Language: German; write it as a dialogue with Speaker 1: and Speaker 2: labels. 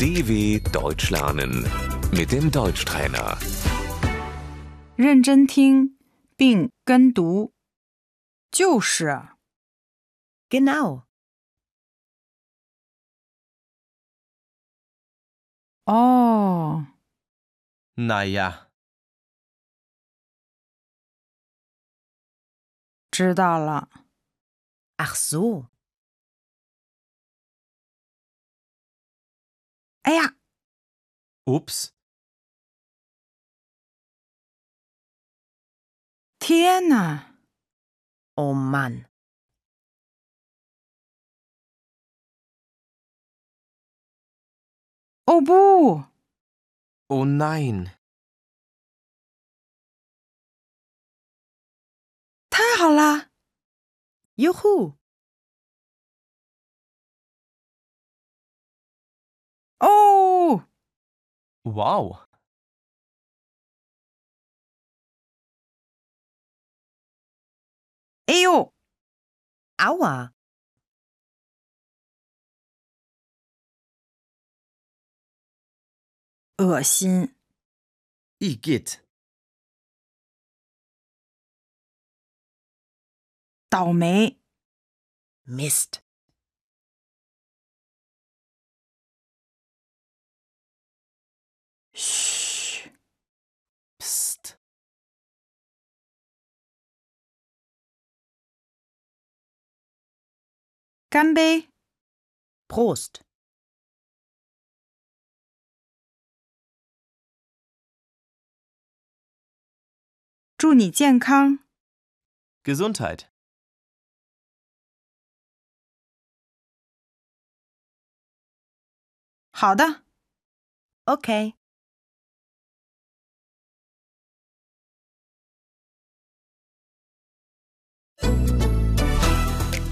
Speaker 1: DW Deutsch lernen mit dem Deutschtrainer.
Speaker 2: 认真听并跟读。就是，啊
Speaker 3: Genau,
Speaker 2: 哦，
Speaker 4: Naja,
Speaker 2: 知道了。
Speaker 3: ach so,
Speaker 2: 哎呀，
Speaker 4: ups,
Speaker 2: 天哪！
Speaker 3: oh Mann,
Speaker 2: 哦不，
Speaker 4: oh nein,
Speaker 2: 太好啦！
Speaker 3: juhu,
Speaker 2: 哦，
Speaker 4: wow,
Speaker 2: 哎呦，啊
Speaker 3: aua,
Speaker 2: 恶心！
Speaker 4: igitt,
Speaker 2: 倒霉！
Speaker 3: Mist,
Speaker 2: 嘘，
Speaker 4: psst,
Speaker 2: 干杯！
Speaker 3: Prost,
Speaker 2: 祝你健康！
Speaker 4: Gesundheit.
Speaker 2: 好的。
Speaker 3: okay.